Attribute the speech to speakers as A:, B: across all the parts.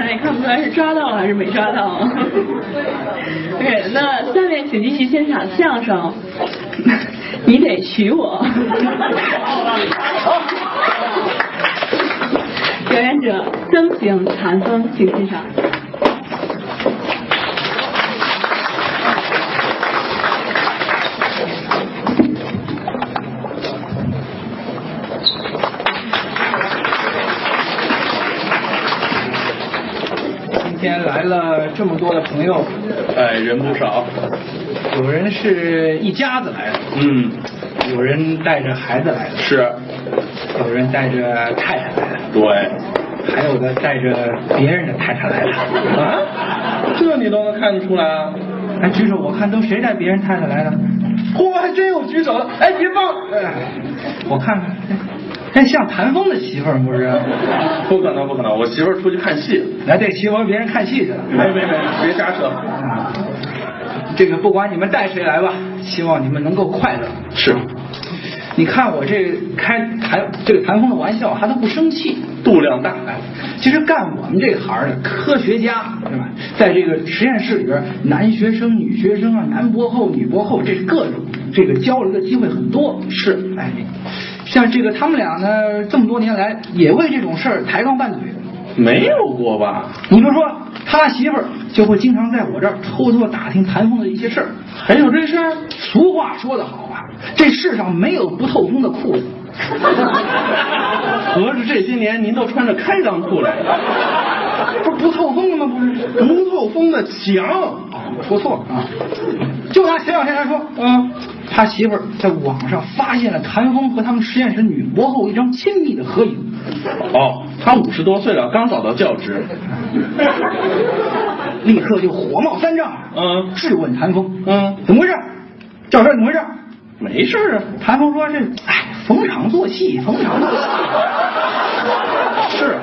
A: 哎看不出来是抓到还是没抓到。 对，那下面请继续欣赏相声，你得娶我。 表演者曾行、谭峰，请欣赏。
B: 今天来了这么多的朋友，
C: 哎，人不少。
B: 有人是一家子来的，
C: 嗯，
B: 有人带着孩子来的，
C: 是，
B: 有人带着太太来的，
C: 对，
B: 还有的带着别人的太太来的。
C: 啊，这你都能看得出来啊？
B: 哎，举手，我看都谁带别人太太来的？嚯、还真有举手的！哎，别忘，哎，我看看，哎，像谭峰的媳妇儿不是？
C: 不可能，不可能，我媳妇儿出去看戏。
B: 来，这媳妇儿别人看戏去了。
C: 没没没，别瞎扯。
B: 这个不管你们带谁来吧，希望你们能够快乐。
C: 是，
B: 你看我这开谭这个谭峰的玩笑，他都不生气。
C: 度量大。
B: 哎，其实干我们这行的科学家，对吧？在这个实验室里边，男学生、女学生啊，男博后、女博后，这各种这个交流的机会很多。
C: 是，
B: 哎，像这个他们俩呢，这么多年来也为这种事儿抬杠拌嘴。
C: 没有过吧？
B: 你比如说，他媳妇儿就会经常在我这儿偷偷打听谭峰的一些事儿。哎
C: 还有这事儿？
B: 俗话说得好啊，这世上没有不透风的裤子。
C: 合着这些年您都穿着开裆裤来的？
B: 不是不透风的吗？不是，
C: 不透风的墙。
B: 啊，我说错了啊。就拿前两天来说，嗯
C: 啊，
B: 他媳妇儿在网上发现了谭峰和他们实验室女博后一张亲密的合影。
C: 哦，他五十多岁了，刚找到教职。
B: 立刻就火冒三丈，
C: 嗯
B: 质问谭峰，
C: 嗯
B: 怎么回事？这事儿怎么回事？
C: 没事儿啊，
B: 谭峰说是，哎，逢场作戏，逢场 作戏。
C: 是，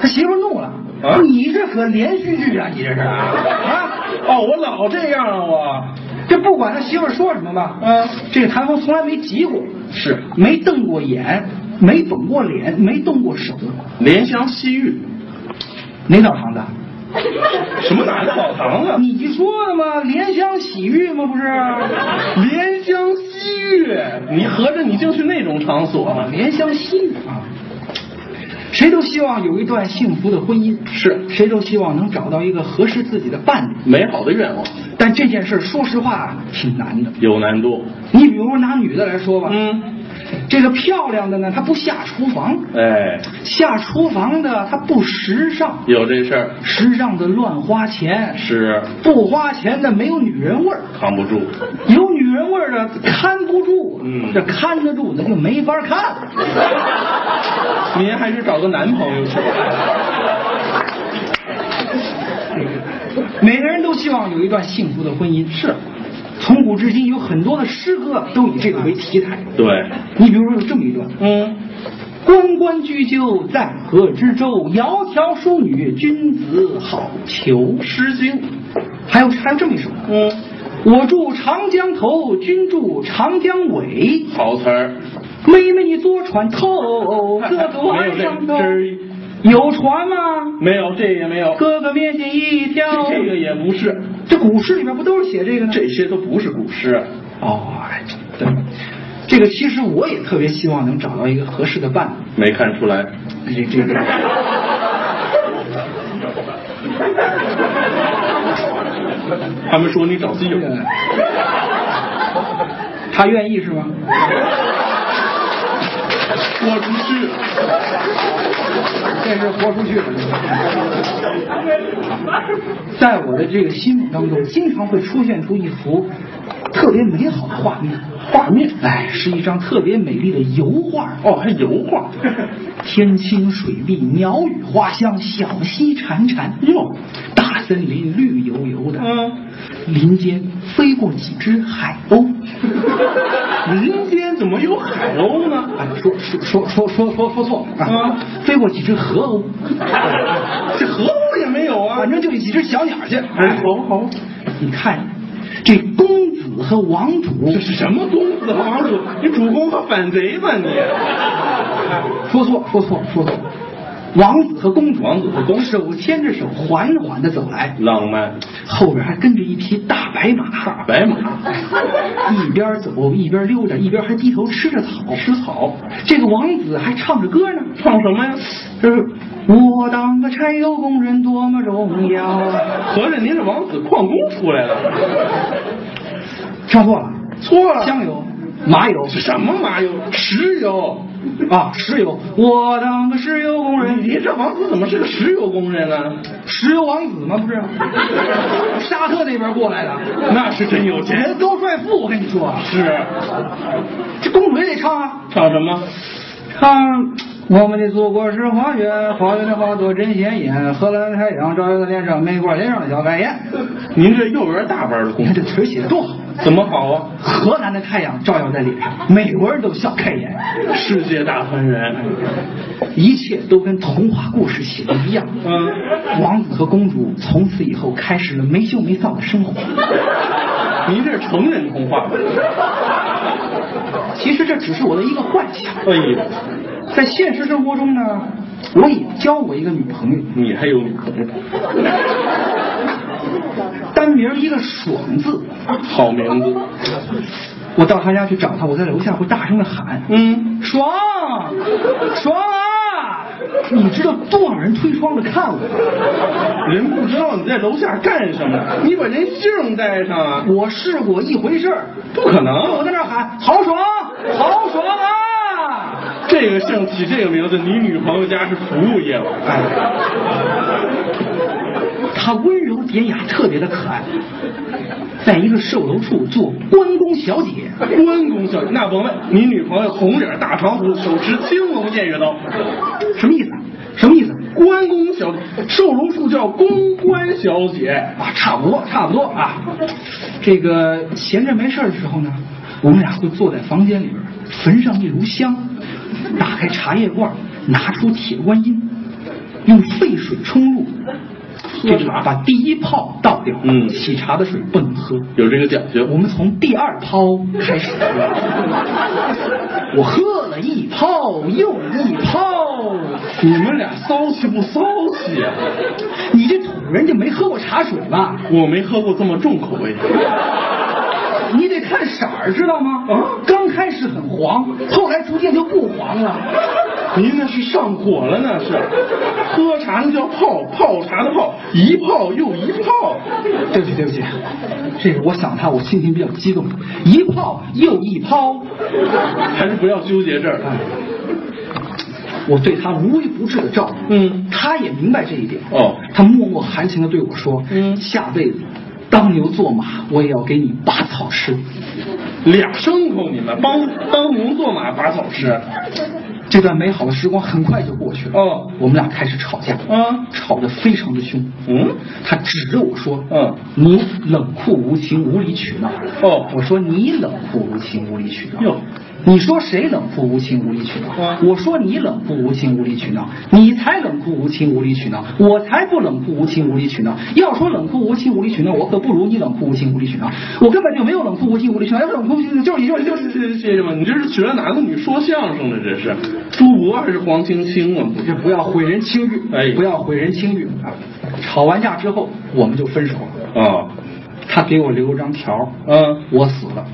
B: 他媳妇儿怒了，
C: 啊
B: 你这可连续剧啊，你这是啊啊！
C: 哦，我老这样啊，我
B: 这不管他媳妇儿说什么吧，
C: 嗯
B: 这个谭峰从来没急过，
C: 是
B: 没瞪过眼，没绷过脸，没动过手，
C: 怜香惜玉，
B: 哪道行的？
C: 什么哪个澡堂啊？
B: 你说的吗？怜香惜玉吗？不是，
C: 怜香惜玉，你合着你就去那种场所了？
B: 哦怜香惜玉啊。谁都希望有一段幸福的婚姻，
C: 是
B: 谁都希望能找到一个合适自己的伴侣。
C: 美好的愿望
B: 但这件事，说实话挺难的。
C: 有难度。
B: 你比如说拿女的来说吧，，
C: 嗯，
B: 这个漂亮的呢，她不下厨房；
C: 哎，
B: 下厨房的她不时尚，
C: 有这事儿
B: 时尚的乱花钱，
C: 是
B: 不花钱的没有女人味儿，
C: 扛不住。
B: 有女人味儿的看不住，
C: 嗯
B: 这看得住的就没法看。
C: 您还是找个男朋友去吧。
B: 每个人都希望有一段幸福的婚姻，是。从古至今，有很多的诗歌都以这个为题材。
C: 对，
B: 你比如说有这么一段：
C: 嗯，
B: 关关雎鸠，在河之洲。窈窕淑女，君子好逑。
C: 诗经，
B: 还有还有这么一首：
C: 嗯，
B: 我住长江头，君住长江尾。
C: 好词儿，
B: 妹妹你坐船头，哥哥
C: 没有
B: 岸
C: 这
B: 上
C: 这
B: 头。
C: 儿
B: 有船吗？
C: 没有，这也没有，
B: 哥哥面前一条。
C: 这个也不是，
B: 这古诗里面不都是写这个呢？
C: 这些都不是古诗。啊
B: 哦，哎对，这个其实我也特别希望能找到一个合适的伴侣。
C: 没看出来，
B: 这这个。
C: 他们说你找基友
B: 这， 个，他愿意是吗？
C: 豁出去，
B: 这是豁出去了。在我的这个心目当中，经常会出现出一幅特别美好的画面。画面，哎，是一张特别美丽的油画。
C: 哦，还油画，
B: 天清水碧，鸟语花香，小溪潺潺。哟，大森林绿油油的。
C: 嗯，
B: 林间飞过几只海鸥。
C: 林间怎么有海鸥呢？
B: 哎，说说说说说说说错了啊！飞过几只河鸥，
C: 这河鸥也没有啊
B: 反正就是几只小鸟去。
C: 哎，好好，
B: 你看，这公子和王主
C: 这是什么公子和王主？你主公和反贼吧你？
B: 说错说错说错，王子和公主，
C: 王子和公主
B: 手牵着手缓缓的走来，
C: 浪漫，
B: 后边还跟着一匹大白马，
C: 白马，
B: 一边走一边溜达，一边还低头吃着草。
C: 吃草，
B: 这个王子还唱着歌呢，
C: 唱什么呀？
B: 就是我当个柴油工人多么荣耀。
C: 合着您是王子矿工出来了？
B: 唱错了，
C: 错了，
B: 香油、麻油
C: 是什么麻油？石油。哎
B: 啊，石油。我当个石油工人，
C: 你这王子怎么是个石油工人呢？
B: 石油王子吗？不是， 沙特那边过来的，
C: 那是真有钱
B: 人。高帅富。我跟你说，
C: 是
B: 这公主也得唱啊，
C: 唱什么？
B: 唱。我们的祖国是花园，花园的花朵真鲜艳，荷兰的太阳照耀在脸上，美国脸上的小白 眼。
C: 您这幼儿大班的
B: 你
C: 工
B: 看
C: 作
B: 这词儿写的多好，
C: 怎么好啊？
B: 荷兰的太阳照耀在脸上，美国人都笑开颜，
C: 世界大凡人，
B: 一切都跟童话故事写的一样。
C: 嗯
B: 王子和公主从此以后开始了没羞没臊的生活。
C: 您这是成人童话。
B: 其实这只是我的一个幻想，
C: 哎呀，
B: 在现实生活中呢，我也交过一个女朋友，
C: 你还有女朋友？
B: 单名儿一个爽字。
C: 好名字。
B: 我到她家去找她，我在楼下会大声的喊：“
C: 嗯，
B: 爽，爽啊！”你知道多少人推窗子看我？
C: 人不知道你在楼下干什么，你把人姓带上啊？
B: 我试过一回事儿，
C: 不可
B: 我
C: 能，
B: 在那儿喊：“豪爽，豪爽啊！”
C: 这个姓起这个名字，你女朋友家是服务业吧？哎，
B: 她温柔典雅，特别的可爱。在一个售楼处做关公小姐，
C: 关公小姐那甭问，你女朋友红脸大长胡，手持青龙偃月刀。
B: 什么意思啊？什么意思？
C: 关公小姐，售楼处叫公关小姐。
B: 啊，差不多，差不多啊。这个闲着没事儿的时候呢，我们俩会坐在房间里边儿，焚上一炉香，打开茶叶罐儿，拿出铁观音，用沸水冲入，这个
C: 茶
B: 把第一泡倒掉，
C: 嗯
B: 洗茶的水不能喝。
C: 有这个讲究
B: 我们从第二泡开始喝，我喝了一泡又一泡，
C: 你们俩骚气不骚气啊？
B: 你这土人就没喝过茶水吧？
C: 我没喝过这么重口味的。
B: 你得看色儿，知道吗？
C: 啊
B: 刚开始很黄，后来逐渐就不黄了。
C: 您那是上火了，那是喝茶那叫泡，泡茶的泡，一泡又一泡。
B: 对不起，对不起，这个我想他，我心情比较激动，一泡又一泡，
C: 还是不要纠结这儿。
B: 我对他无微不至的照顾。
C: 嗯，
B: 他也明白这一点。
C: 哦
B: 他默默含情的对我说：“
C: 嗯
B: 下辈子当牛做马，我也要给你拔草吃。
C: 俩牲口你们帮当牛做马拔草吃。”
B: 这段美好的时光很快就过去了。
C: 哦
B: 我们俩开始吵架，
C: 啊，
B: 吵得非常的凶。
C: 嗯，
B: 他指着我说：“
C: 嗯，
B: 你冷酷无情，无理取闹。”
C: 哦
B: 我说你冷酷无情，无理取闹。
C: 哟
B: 你说谁冷酷无情，无理取闹？
C: 啊
B: 我说你冷酷无情，无理取闹。你才冷酷无情，无理取闹。我才不冷酷无情，无理取闹。要说冷酷无情，无理取闹，我可不如你冷酷无情，无理取闹。我根本就没有冷酷无情，无理取闹。要是冷酷无情，就是一
C: 这
B: 就是
C: 这这这吧，你这是学哪个女说相声的？这是朱博还是黄青青啊？不
B: 这
C: 是，
B: 不要毁人清誉，
C: 哎
B: 不要毁人清誉啊！吵完架之后，我们就分手了。
C: 啊，
B: 他给我留了张条儿，
C: 嗯，
B: 我死了，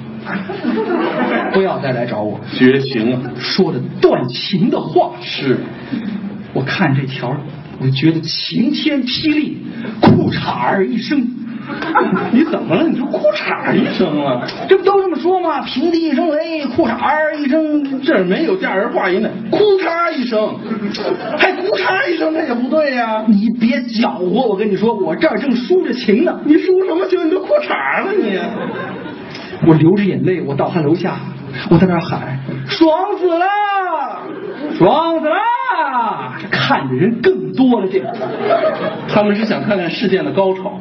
B: 不要再来找我。
C: 绝情啊，
B: 说的断情的话。
C: 是
B: 我看这条儿，我觉得晴天霹雳，裤衩儿一声。
C: 你怎么了？你就裤衩一声了，
B: 这不都这么说吗？平地一声雷，裤衩儿一声。
C: 这儿没有嫁人话音的，哭嚓一声，还哭嚓一声，这也不对呀、
B: 你别搅和，我跟你说，我这儿正抒着情呢。
C: 你输什么球？你都裤衩了你。
B: 我流着眼泪，我到他楼下，我在那儿喊：“爽死了，爽死了！”看着人更多了，这
C: 他们是想看看事件的高潮。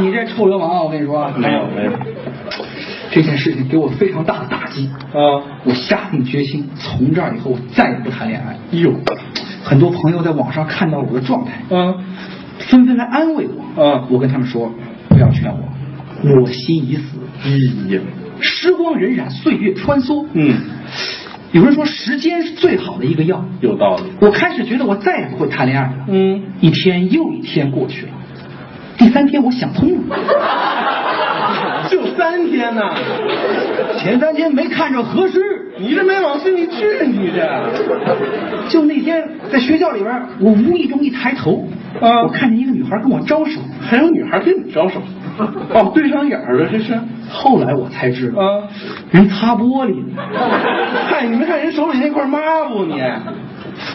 B: 你这臭流氓啊！我跟你说，
C: 没有
B: 这件事情给我非常大的打击。
C: 啊！
B: 我下定决心，从这儿以后我再也不谈恋爱。
C: 哟，
B: 很多朋友在网上看到了我的状态，
C: 啊
B: 纷纷来安慰我。
C: 啊
B: 我跟他们说，不要劝我，我心已死。
C: 咦呀，
B: 时光荏苒，岁月穿梭。
C: 嗯，
B: 有人说时间是最好的一个药。
C: 有道理。
B: 我开始觉得我再也不会谈恋爱了。
C: 嗯，
B: 一天又一天过去了，第三天我想通 了，
C: 就三天呢，
B: 前三天没看着合适，
C: 你这没往心里去，你这
B: 就那天在学校里边，我无意中一抬头，
C: 啊
B: 我看见一个女孩跟我招手，
C: 还有女孩跟你招手，哦，对上眼儿了，这是
B: 后来我才知道，
C: 啊。
B: 人擦玻璃了。
C: 嗨，你没看人手里那块抹布你？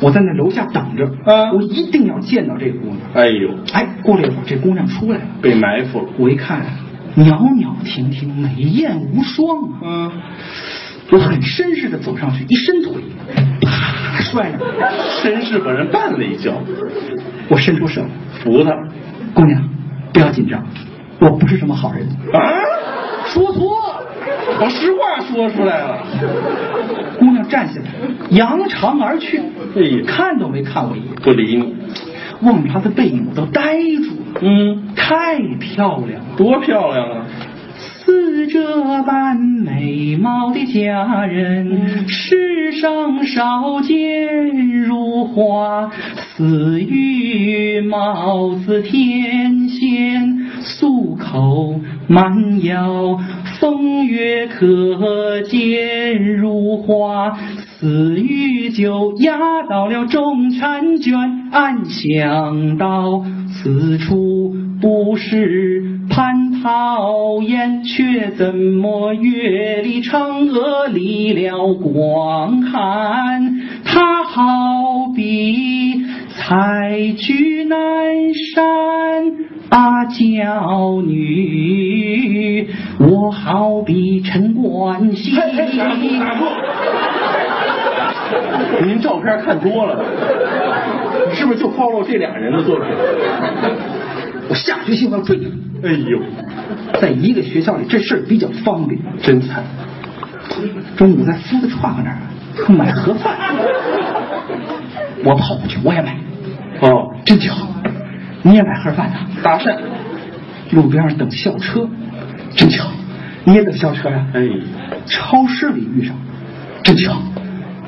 B: 我在那楼下等着，
C: 啊
B: 我一定要见到这个姑娘。
C: 哎呦，
B: 哎，过了一会儿，这姑娘出来了，
C: 被埋伏了。
B: 我一看，袅袅婷婷，美艳无双啊！
C: 嗯，
B: 我很绅士的走上去，一伸腿，啪摔那儿。
C: 绅士把人绊了一跤，
B: 我伸出手，
C: 服他
B: 姑娘，不要紧张，我不是什么好人。
C: 啊！
B: 说错了，
C: 我实话说出来了，
B: 姑娘站起来，扬长而去，
C: 哎呀
B: 看都没看我一眼，
C: 不理你。
B: 望着她的背影，我都呆住了，
C: 嗯，
B: 太漂亮了。
C: 多漂亮啊！
B: 似这般美貌的佳人，世上少见如花。似玉貌似天仙，素口蛮腰，风月可见如花。此玉酒压倒了众婵娟，暗想到此处不是蟠桃宴，却怎么月里嫦娥离了广寒？她好比采菊南山阿娇女，我好比陈冠希。
C: 打住打住！您照片看多了，是不是就暴露这俩人的作品？
B: 我下决心我要追她。
C: 哎呦，
B: 在一个学校里，这事儿比较方便。
C: 真惨！
B: 中午在夫子串那儿买盒饭，我跑过去我也买，
C: 哦，
B: 真巧，你也买盒饭呐？
C: 搭讪，
B: 路边上等校车，真巧，你也等校车呀、
C: 哎，
B: 超市里遇上，真巧，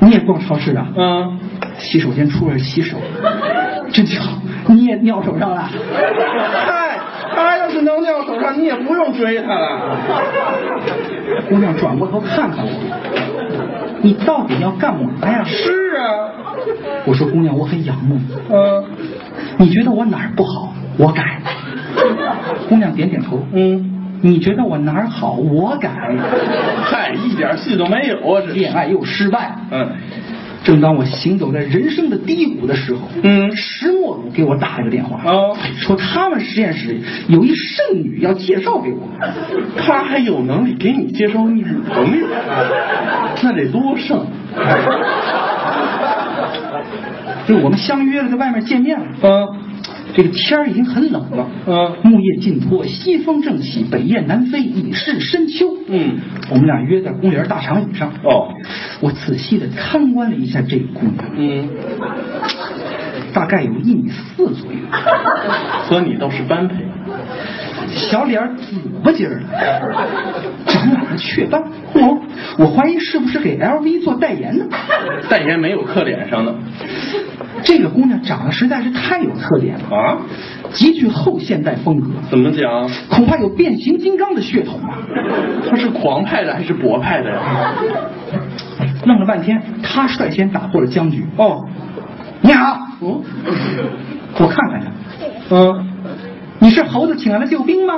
B: 你也逛超市啊？
C: 嗯，
B: 洗手间出来洗 手，真巧，你也尿手上了。
C: 嗨，他要是能尿手上，你也不用追他了。
B: 姑娘转过头看看我，你到底要干嘛呀？
C: 是啊，
B: 我说姑娘，我很仰慕你。
C: 嗯
B: 你觉得我哪儿不好，我改。姑娘点点头。
C: 嗯，
B: 你觉得我哪儿好，我改。
C: 嗨，一点戏都没有啊，这
B: 恋
C: 是。
B: 爱又失败。
C: 嗯
B: 正当我行走在人生的低谷的时候，
C: 嗯
B: 石墨鲁给我打了个电话，
C: 哦
B: 说他们实验室里有一剩女要介绍给我。
C: 他还有能力给你介绍女朋友，那得多剩。
B: 就我们相约了，在外面见面了。
C: 嗯
B: 这个天儿已经很冷了，
C: 嗯
B: 木叶尽脱，西风正起，北雁南飞，已是深秋。
C: 嗯，
B: 我们俩约在公园大长椅上。
C: 哦，
B: 我仔细的参观了一下这个姑娘，
C: 嗯，
B: 大概有一米四左右，
C: 和你倒是般配。
B: 小脸儿紫吧唧儿的，长满了雀斑。我我怀疑是不是给 LV 做代言呢？
C: 代言没有刻脸上的
B: 这个姑娘长得实在是太有特点了，
C: 啊？
B: 极具后现代风格，
C: 怎么讲？
B: 恐怕有变形金刚的血统啊！
C: 他是狂派的还是博派的呀？
B: 弄了半天，她率先打破了僵局。
C: 哦，
B: 你好，
C: 哦，
B: 我看看她，
C: 嗯，
B: 你是猴子请来的救兵吗？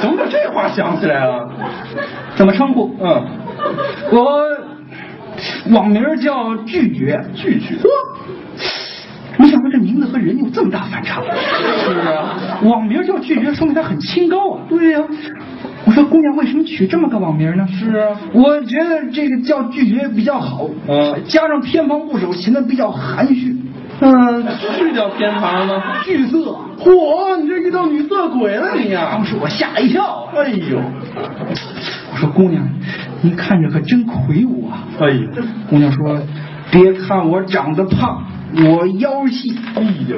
C: 怎么把这话想起来了？
B: 怎么称呼？呃
C: 嗯，
B: 我网名叫拒绝，拒绝。没想到这名字和人有这么大反差。
C: 是啊，
B: 网名叫拒绝，说明他很清高啊。对呀、我说姑娘为什么取这么个网名呢？
C: 是啊
B: 我觉得这个叫拒绝比较好，
C: 嗯
B: 加上偏旁部首显得比较含蓄。嗯，
C: 是叫偏旁吗？
B: 惧色。哎
C: 嚯，你这遇到女色鬼了你呀
B: 当！时我吓一跳啊，
C: 哎呦，
B: 我说姑娘，您看着可真魁梧啊。
C: 哎呦，
B: 姑娘说：“别看我长得胖，我腰细；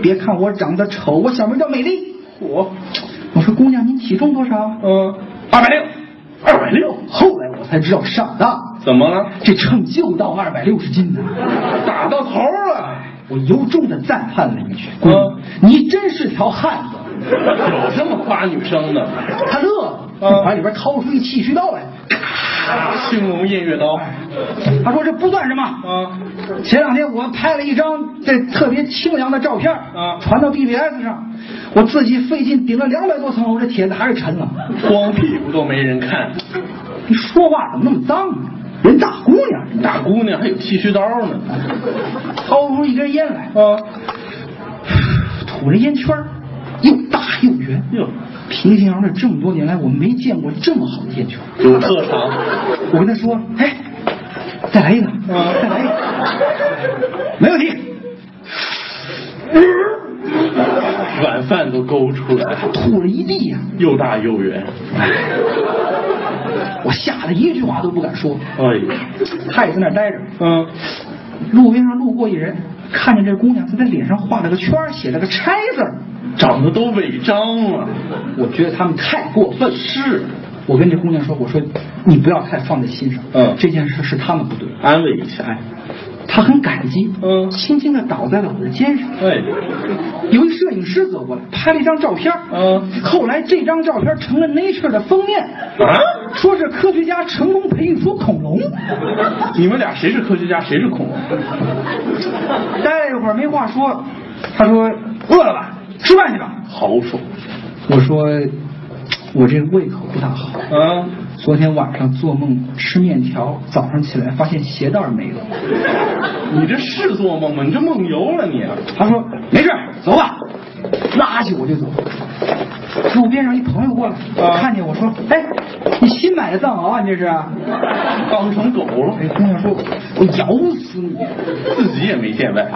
B: 别看我长得丑，我小名叫美丽。
C: 嚯，”
B: 我说：“姑娘，您体重多少
C: 嗯，？”
B: 二百六。
C: 二百六，
B: 后来我才知道上当，
C: 怎么了？
B: 这秤就到二百六十斤呢，
C: 打到头了，
B: 我由衷的赞叹了一句：“姑娘，你真是条汉子。”
C: 有这么夸女生的？
B: 他乐了，
C: 嗯
B: 把里边掏出一剃须刀来，
C: 兴隆偃月刀，
B: 他说：“这不算什么。”
C: 啊，
B: 前两天我拍了一张这特别清凉的照片
C: 啊
B: 传到 BBS 上，我自己费劲顶了两百多层楼，这帖子还是沉了。
C: 光屁股都没人看，
B: 你说话怎么那么脏呢？人大姑娘，
C: 大姑娘还有剃须刀呢，
B: 掏出一根烟来，
C: 啊，
B: 吐着烟圈儿又大又圆。
C: 哟，
B: 平信阳这这么多年来，我没见过这么好的烟圈儿。
C: 有特长，
B: 我跟他说：“哎，再来一个，
C: 啊
B: 再来一个，没问题。”
C: 晚饭都勾出来，
B: 吐了一地呀、
C: 又大又圆，
B: 我吓得一句话都不敢说。
C: 哎呀，
B: 他也在那儿待着。
C: 嗯，
B: 路边上路过一人，看见这姑娘，她在脸上画了个圈儿，写了个拆字儿。
C: 长得都违章了，
B: 我觉得他们太过分。是，我跟这姑娘说，我说你不要太放在心上，
C: 嗯
B: 这件事是他们不对。
C: 安慰一下，哎
B: 她很感激，
C: 嗯
B: 轻轻的倒在了我的肩上。
C: 哎，
B: 有一摄影师走过来，拍了一张照片儿，
C: 嗯
B: 后来这张照片成了 Nature 的封面，
C: 啊，
B: 说是科学家成功培育出恐龙。
C: 你们俩谁是科学家，谁是恐龙？
B: 待了一会儿没话说，他说饿了吧，吃饭去吧。
C: 豪爽，
B: 我说我这胃口不大好，
C: 啊，
B: 昨天晚上做梦吃面条，早上起来发现鞋带儿没了。
C: 你这是做梦吗？你这梦游了你、啊？
B: 他说没事儿，走吧，拉起我就走。路边上一朋友过来，
C: 啊
B: 看见我说：“哎，你新买的藏獒啊？你这是？”
C: 当成狗了
B: 哎，，姑娘说：“我咬死你
C: 自己也没见外。！”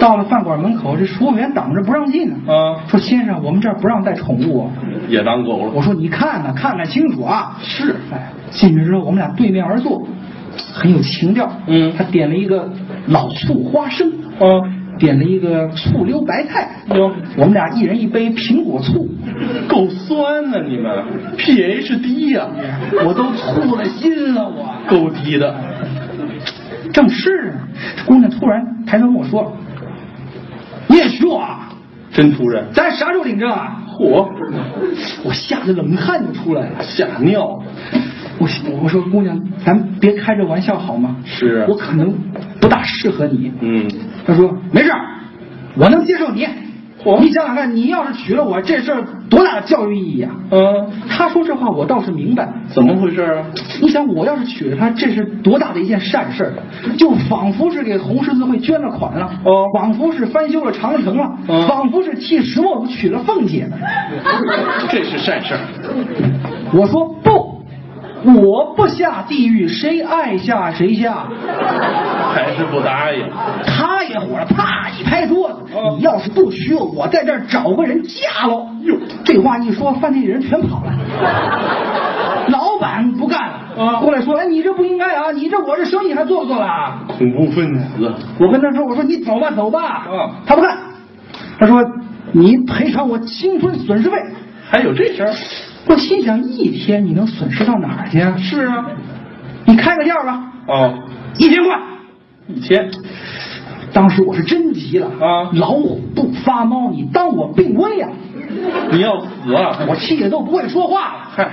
B: 到了饭馆门口，这服务员挡着不让进呢。
C: 啊，
B: 说：“先生，我们这儿不让带宠物。”啊
C: 也当狗了。
B: 我说你看看，看看清楚啊！
C: 是
B: 哎，进去之后我们俩对面而坐，很有情调。
C: 嗯
B: 他点了一个老醋花生，
C: 啊，
B: 点了一个醋溜白菜，
C: 哟，
B: 我们俩一人一杯苹果醋，
C: 够酸呐、你们 pH 低呀、
B: 哎我都醋了心了我。
C: 够低的。
B: 正吃着呢，这姑娘突然抬头跟我说：“你也娶我啊？
C: 真突然，
B: 咱啥时候领证啊
C: 嚯，？”
B: 我吓得冷汗就出来了。
C: 吓尿了。
B: 我我说姑娘，咱别开这玩笑好吗？
C: 是啊
B: 我可能不大适合你。
C: 嗯，
B: 他说没事儿，我能接受你。
C: 嚯
B: 你想想看，你要是娶了我，这事儿多大的教育意义啊！
C: 啊，
B: 他说这话我倒是明白。
C: 怎么回事啊？
B: 你想，我要是娶了她，这是多大的一件善事儿啊！就仿佛是给红十字会捐了款了，
C: 哦
B: 仿佛是翻修了长城了，
C: 嗯
B: 仿佛是替石墨娶了凤姐了。
C: 这是善事儿。
B: 我说不，我不下地狱，谁爱下谁下。
C: 还是不答应。
B: 他也火了，啪一拍桌子
C: 嗯：“
B: 你要是不娶我，我在这儿找个人嫁喽！”
C: 哟
B: 这话一说，饭店里人全跑了。老板不干了，
C: 啊
B: 过来说：“哎，你这不应该啊！你这我这生意还做不做了啊
C: 恐怖分子啊，？”
B: 我跟他说：“我说你走吧，走吧。
C: 嗯
B: 他不干，他说：“你赔偿我青春损失费。
C: 还有这事儿？”
B: 我心想：一天你能损失到哪儿去啊？
C: 是啊。
B: 你开个价吧，
C: 哦，
B: 一千块。
C: 一天。
B: 当时我是真急了
C: 啊
B: 老虎不发猫，你当我病危呀、
C: 你要死啊！
B: 我气得都不会说话了。
C: 嗨，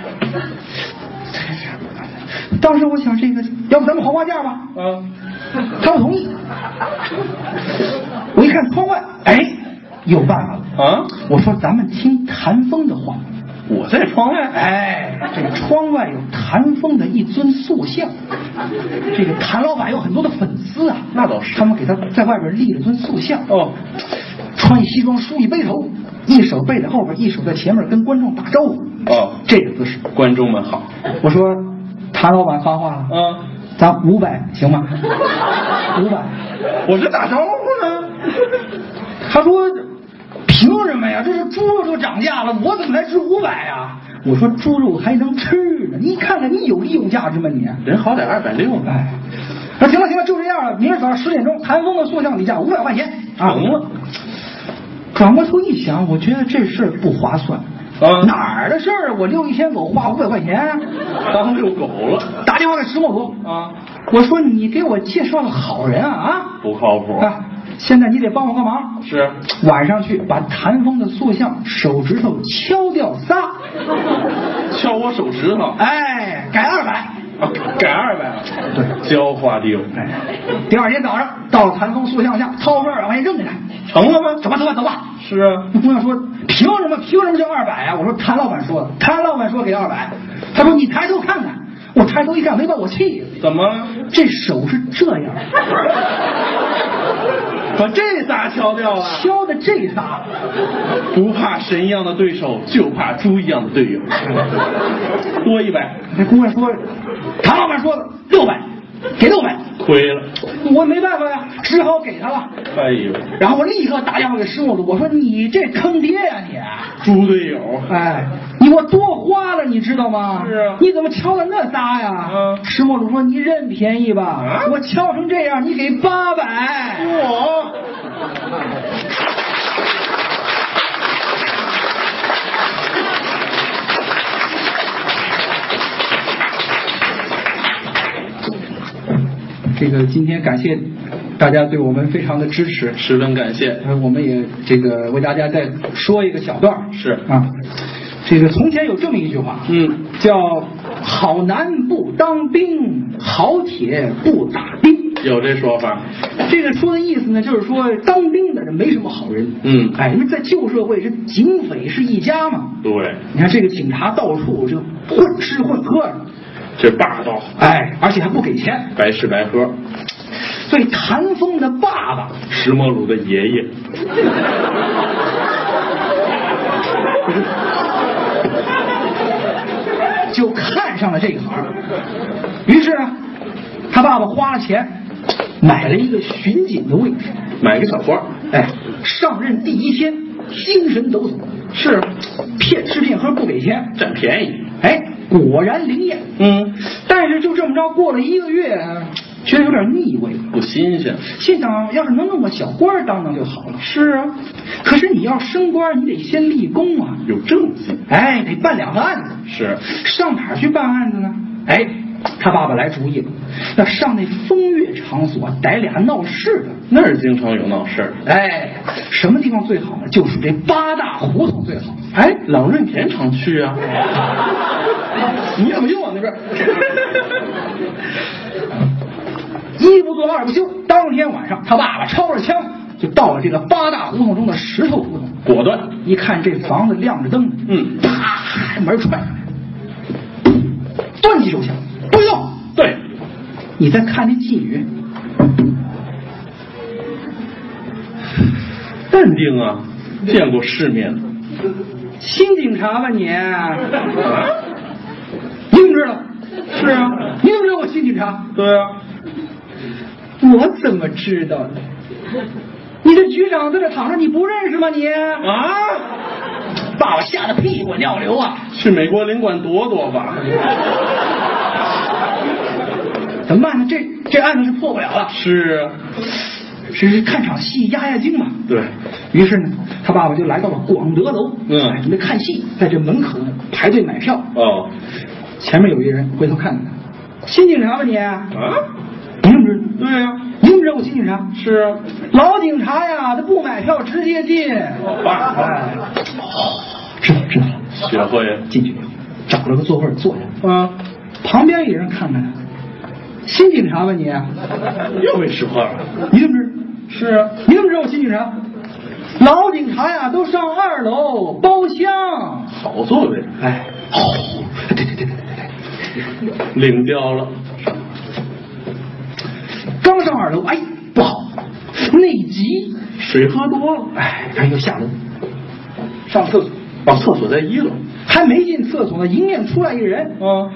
B: 当时我想，这个要不咱们豪花价吧？
C: 啊，
B: 他不同意。我一看窗外，哎，有办法了。
C: 啊，
B: 我说咱们听谭风的话。
C: 我在窗外。
B: 哎，这个窗外有谭风的一尊塑像，这个谭老板有很多的粉丝啊。
C: 那倒是
B: 他们给他在外边立了尊塑像。
C: 哦，
B: 穿一西装，梳一背头，一手背在后边，一手在前面跟观众打招呼。
C: 哦
B: 这个姿势。
C: 观众们好。
B: 我说，谭老板发话了，
C: 啊，
B: 咱五百行吗？ 五百。
C: 我这打招呼呢。
B: 他说，凭什么呀？这是猪肉都涨价了，我怎么才值五百呀？我说猪肉还能吃呢，你看看你有利用价值吗你？
C: 人好歹二百六呢。
B: 哎，那行了行了，就这样了。明儿早上十点钟，谭峰的塑像底价五百块钱啊。
C: 行了。
B: 转过头一想，我觉得这事儿不划算。
C: 啊
B: 哪儿的事儿啊？我遛一天狗花五百块钱，
C: 当遛狗了
B: 打电话给石墨国，
C: 啊？
B: 我说你给我介绍个好人啊
C: 不靠谱
B: 啊！啊，现在你得帮我个忙，
C: 是
B: 晚上去把谭峰的塑像手指头敲掉仨，
C: 敲我手指头，
B: 哎，改二百。
C: 啊改二百了，
B: 对
C: 教化地
B: 哎，第二天早上到了谭峰塑像下，掏份儿往下扔给他，
C: 成了吗？
B: 走吧走吧走吧。
C: 是啊，
B: 那姑娘说：“凭什么？凭什么就二百啊？”我说：“谭老板说的，谭老板说给二百。”他说：“你抬头看看。”我抬头一看，没把我气的，
C: 怎么了？
B: 这手是这样，
C: 把这仨敲掉了，
B: 敲的这仨。
C: 不怕神一样的对手，就怕猪一样的队友。多一百，
B: 那姑娘说：“谭老板说的六百，给六百。
C: 亏了。”
B: 我没办法呀，只好给他了。
C: 哎呦，
B: 然后我立刻打电话给师傅了，我说：“你这坑爹呀、你！啊
C: 猪队友，
B: 哎，你给我多花了，你知道吗？
C: 是啊
B: 你怎么敲的那仨呀？
C: 嗯
B: 石墨主说：“你认便宜吧，
C: 啊
B: 我敲成这样，你给八百。
C: 我
B: 这个今天感谢大家对我们非常的支持，
C: 十分感谢。
B: 呃，我们也这个为大家再说一个小段儿
C: 是
B: 啊，这个从前有这么一句话，
C: 嗯，
B: 叫“好男不当兵，好铁不打兵”。
C: 有这说法，
B: 这个说的意思呢，就是说当兵的人没什么好人，
C: 嗯
B: 哎，因为在旧社会是警匪是一家嘛，
C: 对，
B: 你看这个警察到处就混吃混喝的，
C: 这霸道，
B: 哎，而且还不给钱，
C: 白吃白喝，
B: 所以谭峰的爸爸，
C: 石磨鲁的爷爷，
B: 就看上了这一行。于是呢，他爸爸花了钱买了一个巡警的位置。
C: 买个小花，
B: 哎，上任第一天精神抖擞，是骗吃骗喝不给钱。
C: 占便宜。
B: 哎，果然灵验。
C: 嗯，
B: 但是就这么着过了一个月，觉得有点腻味。
C: 不新鲜，
B: 心想，要是能弄个小官儿当当就好了。是啊，可是你要升官儿，你得先立功啊。
C: 有政绩。
B: 哎，得办两个案子。
C: 是，
B: 上哪儿去办案子呢？哎，他爸爸来主意了，要上那风月场所逮俩闹事的。
C: 那儿经常有闹事儿。
B: 哎，什么地方最好呢？就是这八大胡同最好。
C: 哎，朗润田常去啊。你怎么又往 那边？
B: 一不做二不休，当天晚上，他爸爸抄着枪就到了这个八大胡同中的石头胡同。
C: 果断，
B: 一看这房子亮着灯，
C: 嗯
B: 啪，门踹，端起手枪，不许动。
C: 对，
B: 你再看那妓女，
C: 淡定啊，见过世面。
B: 新警察吧你？
C: 啊，
B: 你怎么知道？是啊，你怎么知道我新警察？
C: 对啊，
B: 我怎么知道的？你的局长在这躺着，你不认识吗你？
C: 啊，
B: 把我吓得屁滚尿流啊！
C: 去美国领馆躲躲吧。
B: 怎么办呢？这这案子是破不了了，
C: 是啊，
B: 只是看场戏压压惊嘛。
C: 对，
B: 于是呢，他爸爸就来到了广德楼，
C: 嗯
B: 哎准备看戏，在这门口呢排队买票。
C: 哦，
B: 前面有一人回头看看他，新警察吧你？
C: 啊，
B: 你怎么知道？
C: 对啊，
B: 你怎么知道我新警察？
C: 是啊，
B: 老警察呀，他不买票直接进。
C: 爸
B: 哎，哦，知道了知道了，
C: 学会了
B: 进去找了个座位坐下。
C: 啊，
B: 旁边一人看看他，新警察吧你？
C: 又会使坏了。
B: 你怎么知道？
C: 是啊，
B: 你怎么知道我新警察？老警察呀，都上二楼包厢。
C: 好座位，哎
B: 哎，哦，对对对对对对，
C: 领教了。
B: 刚上二楼，哎，不好，内急，
C: 水喝多了，
B: 哎，然后又下楼，上厕所，
C: 哦，厕所在一楼。
B: 还没进厕所呢，迎面出来一人，
C: 啊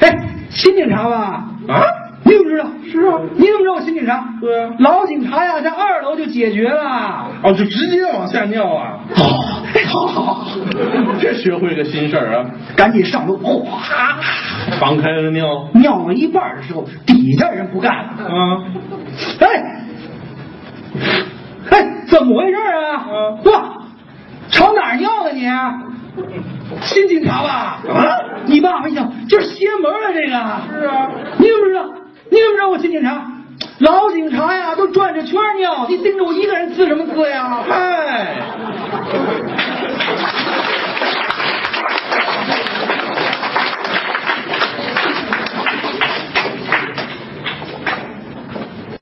B: 哎，新警察吧？
C: 啊，
B: 你怎么知道？是啊，你怎么知道我新警察？
C: 对啊
B: 老警察呀，在二楼就解决了。
C: 哦，就直接往下尿啊！
B: 好，好，好，好，
C: 这学会个新事儿啊！
B: 赶紧上楼，哗，
C: 敞开了尿
B: 尿到一半儿的时候，底下人不干了，
C: 啊，
B: 哎，哎，怎么回事啊？
C: 嗯
B: 哇，朝哪儿尿的啊你？新警察吧？
C: 啊，
B: 你爸爸一想，就是邪门啊，这个。
C: 是啊，
B: 你怎么知道？你怎么知道我亲警察？老警察呀，都转着圈儿尿，你盯着我一个人呲什么呲呀？嗨、